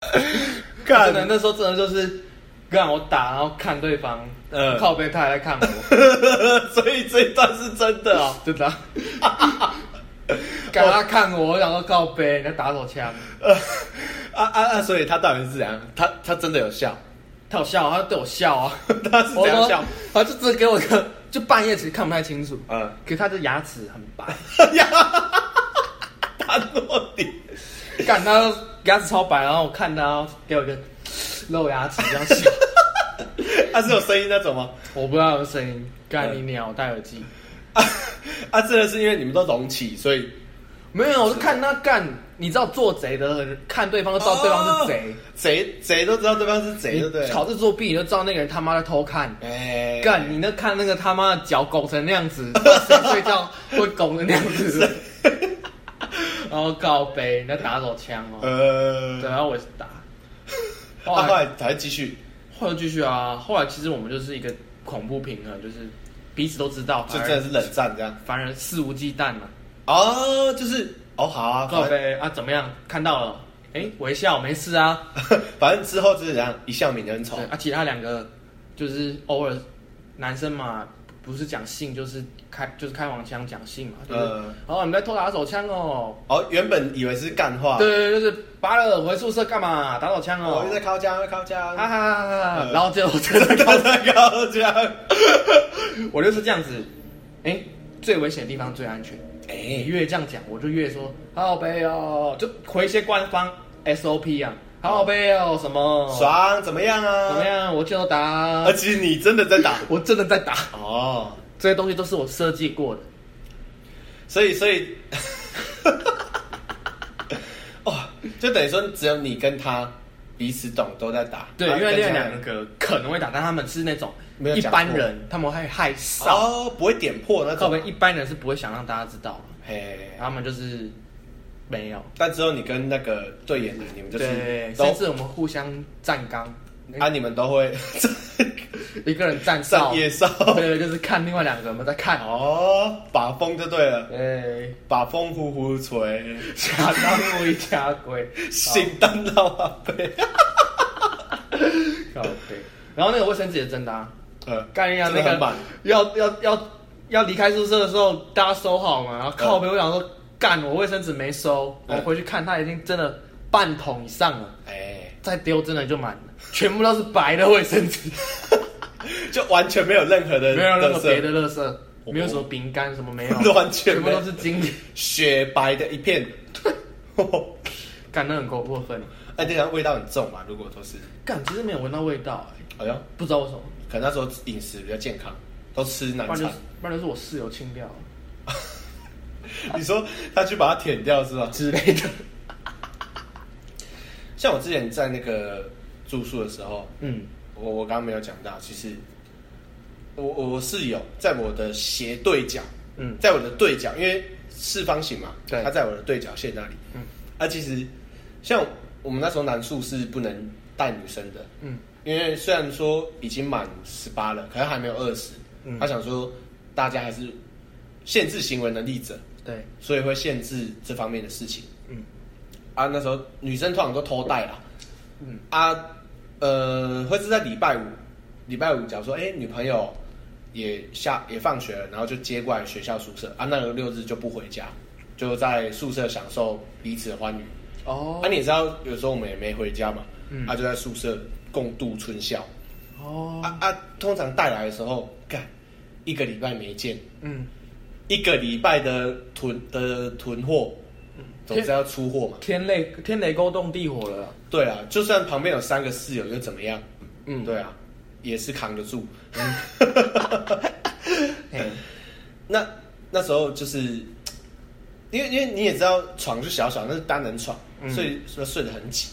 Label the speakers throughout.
Speaker 1: 干
Speaker 2: 啊真的那时候真的就是让我打，然后看对方，
Speaker 1: 嗯
Speaker 2: 靠背他也在看 我，
Speaker 1: 所以这一段是真的哦。
Speaker 2: 真的啊， 敢他看我，我想说靠背，你在打手枪，
Speaker 1: 呃啊啊啊！所以他到底是怎样？他他真的有笑，
Speaker 2: 他有笑，他对我笑啊，
Speaker 1: 他是
Speaker 2: 我
Speaker 1: 怎样笑
Speaker 2: 说？，他就只给我一个，就半夜其实看不太清楚，
Speaker 1: 嗯，
Speaker 2: 可是他的牙齿很白，
Speaker 1: 他落地，
Speaker 2: 干他牙齿超白，然后我看他给我一个露牙齿这样 笑，
Speaker 1: 他是有声音那种吗？
Speaker 2: 我不知道有没有声音，干你鸟，我戴耳机，
Speaker 1: 啊啊！真的是因为你们都隆起，所以
Speaker 2: 没有，我是看他干，你知道做贼的人看对方就知道对方是贼。
Speaker 1: 哦贼贼都知道对方是贼，对不对
Speaker 2: 你？考试作弊，你就知道那个人他妈在偷看。
Speaker 1: 哎，
Speaker 2: 干，你那看那个他妈的脚拱成那样 子，谁睡觉会拱成那样子？ 然后告杯，你在打手枪哦。
Speaker 1: 呃
Speaker 2: 对，，然后我也是 打。
Speaker 1: 他
Speaker 2: 后
Speaker 1: 啊后
Speaker 2: 来
Speaker 1: 来还继续，
Speaker 2: 后来继续啊，后来其实我们就是一个恐怖平衡，就是彼此都知道，
Speaker 1: 就
Speaker 2: 反
Speaker 1: 真的
Speaker 2: 而
Speaker 1: 是冷战这样。
Speaker 2: 反而肆无忌惮嘛。
Speaker 1: 哦，就是哦，好啊，
Speaker 2: 告
Speaker 1: 反正
Speaker 2: 杯啊，怎么样？看到了，哎，微笑，没事啊。
Speaker 1: 反正 之后就是怎样，一笑泯恩仇
Speaker 2: 对，啊，其他两个就是偶尔男生嘛，不是讲性就是开就是开黄腔讲性嘛，就是、
Speaker 1: 嗯
Speaker 2: 哦你在偷打手枪哦，
Speaker 1: 哦，原本以为是干话，
Speaker 2: 对对对，就是拔了回宿舍干嘛打手枪
Speaker 1: 哦，
Speaker 2: 哦
Speaker 1: 又，在靠家，又在靠家，
Speaker 2: 哈哈哈哈，
Speaker 1: 嗯
Speaker 2: 然后就 真的
Speaker 1: 又在靠家，
Speaker 2: 我就是这样子，哎、最危险的地方最安全，你
Speaker 1: 哎，
Speaker 2: 越这样讲我就越说好悲哦，就回一些官方 SOP 啊，好悲哦什么
Speaker 1: 爽，怎么样啊？
Speaker 2: 怎么？样我就打
Speaker 1: 而，且你真的在打
Speaker 2: 我真的在打，
Speaker 1: 哦，
Speaker 2: 这些东西都是我设计过的。
Speaker 1: 所以所以，哦，就等于说只有你跟他彼此懂，都在打。
Speaker 2: 对，
Speaker 1: 啊
Speaker 2: 因为另
Speaker 1: 跟其
Speaker 2: 外
Speaker 1: 他
Speaker 2: 两个可能会打，但他们是那种
Speaker 1: 没有
Speaker 2: 一
Speaker 1: 讲
Speaker 2: 般
Speaker 1: 过
Speaker 2: 人，他们会害臊。
Speaker 1: 哦，不会点破那
Speaker 2: 靠
Speaker 1: 种
Speaker 2: 边，。一般人是不会想让大家知道的，
Speaker 1: 嘿，
Speaker 2: 他们就是没有。
Speaker 1: 但之后你跟那个对眼的，你们就是
Speaker 2: 对，
Speaker 1: 都
Speaker 2: 甚至我们互相站岗，
Speaker 1: 啊，你们都会
Speaker 2: 一个人站哨
Speaker 1: 上，夜哨。
Speaker 2: 对，就是看另外两个人我们在看。
Speaker 1: 哦，把风就对了，
Speaker 2: 对，
Speaker 1: 把风呼呼吹，
Speaker 2: 假当为假 鬼，
Speaker 1: 心荡到阿贝。
Speaker 2: 靠背。然后那个卫生纸也真的啊，
Speaker 1: 呃
Speaker 2: 干一下那
Speaker 1: 真的很
Speaker 2: 个
Speaker 1: 满
Speaker 2: 要要要要离开宿舍的时候，大家收好嘛。然后靠背，我想说，干我卫生纸没收，我
Speaker 1: 嗯
Speaker 2: 回去看，它已经真的半桶以上了，
Speaker 1: 哎，
Speaker 2: 再丢真的就满了，全部都是白的卫生 纸，
Speaker 1: 就完全没有任何的
Speaker 2: 没有任何
Speaker 1: 垃圾哦
Speaker 2: 别的垃圾，没有什么饼干什么没有，
Speaker 1: 完全
Speaker 2: 全部
Speaker 1: 没有
Speaker 2: 都是经典，
Speaker 1: 雪白的一片，
Speaker 2: 干那很够过分。
Speaker 1: 哎，这样味道很重嘛？如果都是，
Speaker 2: 干其实没有闻到味道、欸，
Speaker 1: 哎呦，
Speaker 2: 不知道为什么，
Speaker 1: 可能那时候饮食比较健康，都吃
Speaker 2: 不
Speaker 1: 南
Speaker 2: 然就是
Speaker 1: 餐。
Speaker 2: 不然就是我室友清掉了
Speaker 1: 你说他去把它舔掉是吧？
Speaker 2: 之类的。
Speaker 1: 像我之前在那个住宿的时候，
Speaker 2: 嗯，
Speaker 1: 我我刚刚没有讲到，其实我我我室友在我的斜对角，
Speaker 2: 嗯
Speaker 1: 在我的对角，因为四方形嘛，
Speaker 2: 对
Speaker 1: 他在我的对角线那里。
Speaker 2: 嗯
Speaker 1: 啊，其实像我们那时候男宿是不能带女生的，
Speaker 2: 嗯，
Speaker 1: 因为虽然说已经满十八了，可是还没有二十、
Speaker 2: 嗯
Speaker 1: 他想说大家还是限制行为能力者，
Speaker 2: 对，
Speaker 1: 所以会限制这方面的事情。
Speaker 2: 嗯
Speaker 1: 啊，那时候女生通常都偷带啦。
Speaker 2: 嗯
Speaker 1: 啊，呃，会是在礼拜五，礼拜五假如说，哎、女朋友也下也放学了，然后就接过来学校宿舍啊，那个六日就不回家，就在宿舍享受彼此的欢愉。
Speaker 2: 哦
Speaker 1: 啊，你也知道，有时候我们也没回家嘛，
Speaker 2: 嗯
Speaker 1: 啊，就在宿舍共度春宵。
Speaker 2: 哦
Speaker 1: 啊啊，通常带来的时候，干一个礼拜没见，
Speaker 2: 嗯，
Speaker 1: 一个礼拜的囤的囤货，
Speaker 2: 嗯
Speaker 1: 总是要出货嘛。
Speaker 2: 天雷天雷勾动地火了啦。
Speaker 1: 对啊，就算旁边有三个室友又怎么样？
Speaker 2: 嗯，
Speaker 1: 对啊，也是扛得住。
Speaker 2: 嘿，
Speaker 1: 那那时候就是，因为因为你也知道，床是小小，那是单人床，
Speaker 2: 嗯
Speaker 1: 所以说睡得很紧，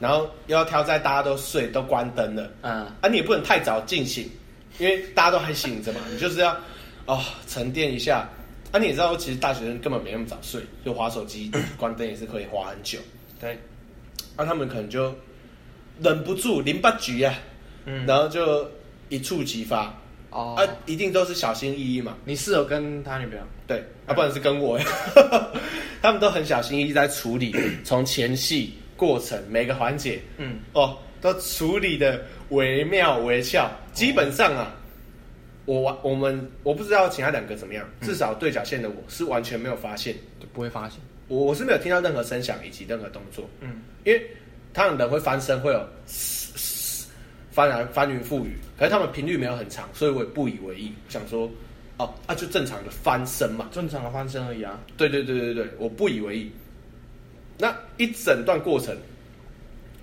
Speaker 1: 然后又要挑在大家都睡都关灯了，
Speaker 2: 啊，
Speaker 1: 啊，你也不能太早进行，因为大家都还 醒着嘛，你就是要哦沉淀一下。啊，你也知道，其实大学生根本没那么早睡，就划手 机、关灯也是可以划很久。
Speaker 2: 对，
Speaker 1: 啊，他们可能就忍不住淋巴局啊，
Speaker 2: 嗯，
Speaker 1: 然后就一触即发。
Speaker 2: 哦，
Speaker 1: 啊，一定都是小心翼翼嘛，
Speaker 2: 你室友跟他女朋友，
Speaker 1: 对， 啊，不然是跟我，他们都很小心翼翼在处理，从前戏、过程，每个环节，
Speaker 2: 嗯，
Speaker 1: 哦，都处理的惟妙惟肖。基本上啊，我完我们我不知道其他两个怎么样，至少对角线的我是完全没有发现，
Speaker 2: 就不会发现。
Speaker 1: 我我是没有听到任何声响以及任何动作，
Speaker 2: 嗯，
Speaker 1: 因为他们人会翻身，会有嘶嘶翻来翻云覆雨，可是他们频率没有很长，所以我也不以为意，想说哦，那、就正常的翻身嘛。
Speaker 2: 正常的翻身而已啊。
Speaker 1: 对对对对对，我不以为意。那一整段过程，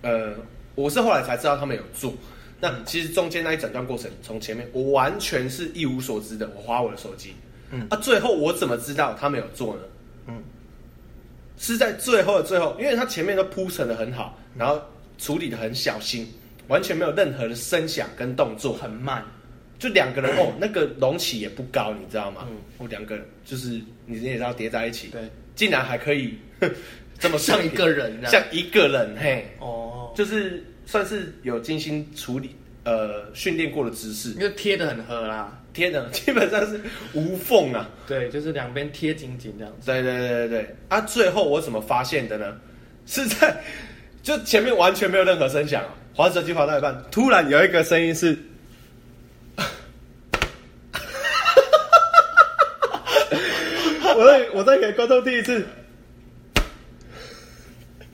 Speaker 1: 呃，我是后来才知道他们有做。
Speaker 2: 嗯
Speaker 1: 那其实中间那一整段过程，从前面我完全是一无所知的，我花我的手机。
Speaker 2: 嗯
Speaker 1: 啊，最后我怎么知道他们有做呢？
Speaker 2: 嗯，
Speaker 1: 是在最后的最后，因为他前面都铺陈的很好，然后处理的很小心，完全没有任何的声响跟动作，
Speaker 2: 很慢。
Speaker 1: 就两个人哦，那个隆起也不高，你知道吗？
Speaker 2: 嗯
Speaker 1: 我两个人就是你也知道叠在一起，
Speaker 2: 对，
Speaker 1: 竟然还可以呵这么
Speaker 2: 像
Speaker 1: 上
Speaker 2: 一个人这样
Speaker 1: 像一个人嘿，
Speaker 2: 哦，
Speaker 1: 就是算是有精心处理呃训练过的姿势，
Speaker 2: 就贴的很合啦。
Speaker 1: 天哪， 基本上是无缝啊！
Speaker 2: 对，就是两边贴紧紧这样子。
Speaker 1: 对对对对对啊！最后我怎么发现的呢？ 是在就前面完全没有任何声响，啊滑手机滑到一半，突然有一个声音是， 我再我再给观众听一次，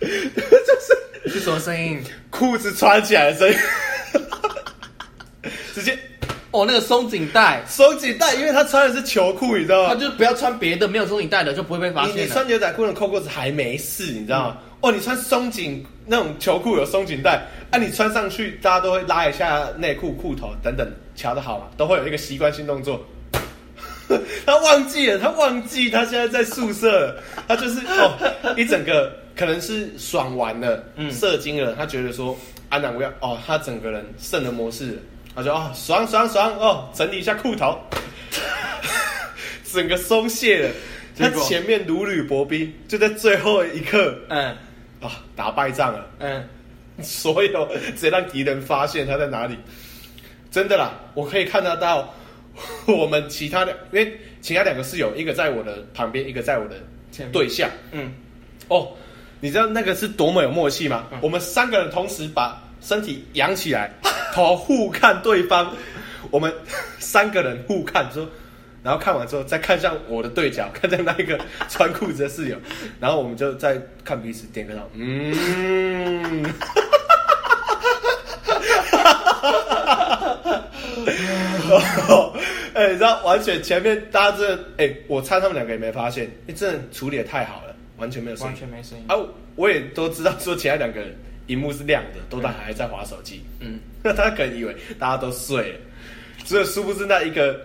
Speaker 1: 就是
Speaker 2: 是什么声音？
Speaker 1: 裤子穿起来的声音， 直接
Speaker 2: 哦，那个松紧带，
Speaker 1: 松紧带，因为他穿的是球裤，你知道吗
Speaker 2: 他？就不要穿别的没有松紧带的，就不会被发
Speaker 1: 你你
Speaker 2: 现了。嗯
Speaker 1: 穿牛仔裤的扣扣子还没事，你知道吗？哦，你穿松紧那种球裤有松紧带，啊，你穿上去大家都会拉一下内裤、裤头等等，瞧得好嘛，都会有一个习惯性动作。 他忘记了，他忘记他现在在宿舍了，他就是哦，一整个可能是爽完了，
Speaker 2: 嗯
Speaker 1: 射精了，他觉得说安南我要哦，他整个人圣人模式了，他说哦爽爽爽哦，整理一下裤头， 整个松懈了。他
Speaker 2: 结果
Speaker 1: 前面如履薄冰，就在最后一刻
Speaker 2: 嗯
Speaker 1: 啊打败仗了，
Speaker 2: 嗯，
Speaker 1: 所有直接让敌人发现他在哪里。真的啦，我可以看得到我们其他的，因为其他两个室友，一个在我的旁边，一个在我的
Speaker 2: 前面
Speaker 1: 对象。
Speaker 2: 嗯，
Speaker 1: 哦，你知道那个是多么有默契吗？
Speaker 2: 嗯
Speaker 1: 我们三个人同时把身体扬起来， 头互看对方，我们三个人互看说，然后看完之后再看向我的对角， 看向那一个穿裤子的室友， 然后我们就再看彼此点个头，嗯， 哦哎、你知道完全前面大家真的，哎、我猜他们两个也没发现，因为真的处理的太好了，完全没有声音
Speaker 2: 完。全没声音。
Speaker 1: 啊，我也都知道说其他两个人荧幕是亮的，都在还在划手机，
Speaker 2: 嗯，
Speaker 1: 那、他可能以为 大家都睡了，所以殊不知那一个，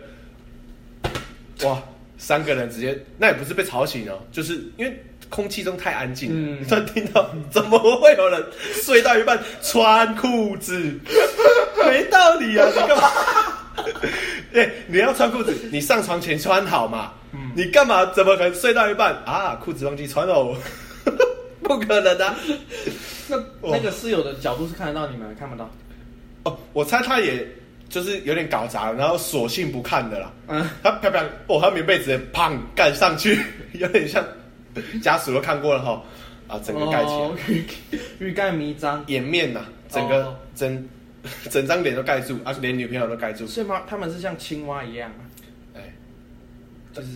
Speaker 1: 哇，三个人直接那也不是被吵醒哦，就是因为空气中太安静了，
Speaker 2: 嗯
Speaker 1: 突然听到怎么会有人睡到一半穿裤子？ 没道理啊，你干嘛？ 哎、你要穿裤子，你上床前穿好嘛。你干嘛？怎么可能睡到一半啊？裤子忘记穿哦， 不可能的、啊。
Speaker 2: 那那个室友的角度是看得到你们，看不到。
Speaker 1: 哦，我猜他也就是有点搞砸，然后索性不看的啦。
Speaker 2: 嗯，
Speaker 1: 他啪啪，哦，他棉被直接砰盖上去， 有点像家属都看过了哈，啊，整个盖起来，
Speaker 2: 哦欲欲盖弥彰。
Speaker 1: 颜面呐、整个、
Speaker 2: 哦
Speaker 1: 整 整张脸都盖住，啊，连女朋友都盖住。
Speaker 2: 所以嘛，他们是像青蛙一样，
Speaker 1: 哎，
Speaker 2: 就是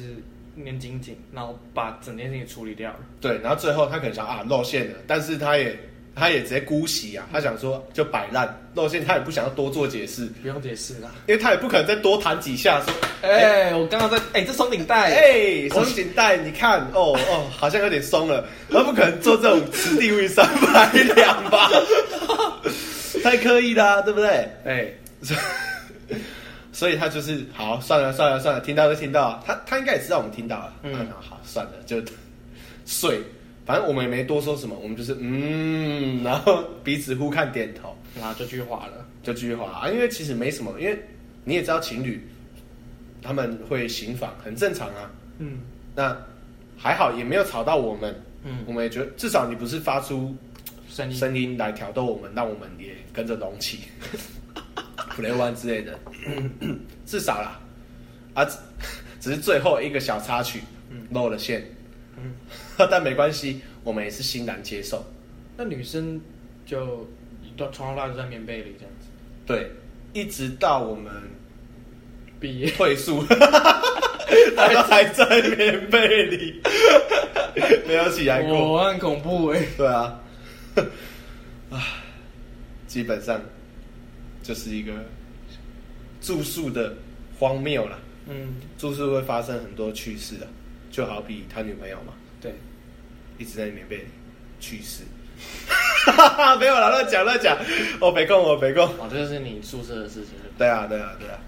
Speaker 2: 粘紧紧，然后把整件事情处理掉了。
Speaker 1: 对，然后最后他可能想啊露馅了，但是他也他也直接姑息啊，他想说就摆烂露馅，他也不想要多做解释，
Speaker 2: 不用解释啦。
Speaker 1: 因为他也不可能再多弹几下说，
Speaker 2: 哎、我刚刚在，哎、这松紧带，
Speaker 1: 哎、松紧带你看哦哦好像有点松了，他不可能做这种此地无银三百两吧，太刻意啦、对不对？
Speaker 2: 哎、
Speaker 1: 所以他就是好算了算了算了，听到就听到，啊他他应该也知道我们听到了，
Speaker 2: 嗯
Speaker 1: 嗯，好算了就睡，反正我们也没多说什么，我们就是嗯，然后彼此互看点头
Speaker 2: 然后就去滑了。
Speaker 1: 就继续滑啊，因为其实没什么，因为你也知道情侣他们会行房很正常啊，
Speaker 2: 嗯
Speaker 1: 那还好也没有吵到我们，
Speaker 2: 嗯，
Speaker 1: 我们也觉得至少你不是发出
Speaker 2: 声音
Speaker 1: 声音来挑逗我们，让我们也跟着 隆起、play one 之类的，至少啦，啊，只只是最后一个小
Speaker 2: 嗯
Speaker 1: 插曲漏了线，但没关系，我们也是欣然接受，
Speaker 2: 那女生就到从头到尾都在棉被里这样子
Speaker 1: 对，一直到我们
Speaker 2: 毕 业，
Speaker 1: 退宿， 他们还在棉被里， 没有起来过。
Speaker 2: 我很恐怖哎、
Speaker 1: 对啊，唉，基本上就是一个住宿的荒谬啦。
Speaker 2: 嗯，
Speaker 1: 住宿会发生很多趣事的，就好比他女朋友嘛，
Speaker 2: 对，
Speaker 1: 一直在棉被里去世。 没有啦，乱讲乱讲，我没空，我没空。
Speaker 2: 哦，这就是你宿舍的事情。
Speaker 1: 对啊，对啊，对啊。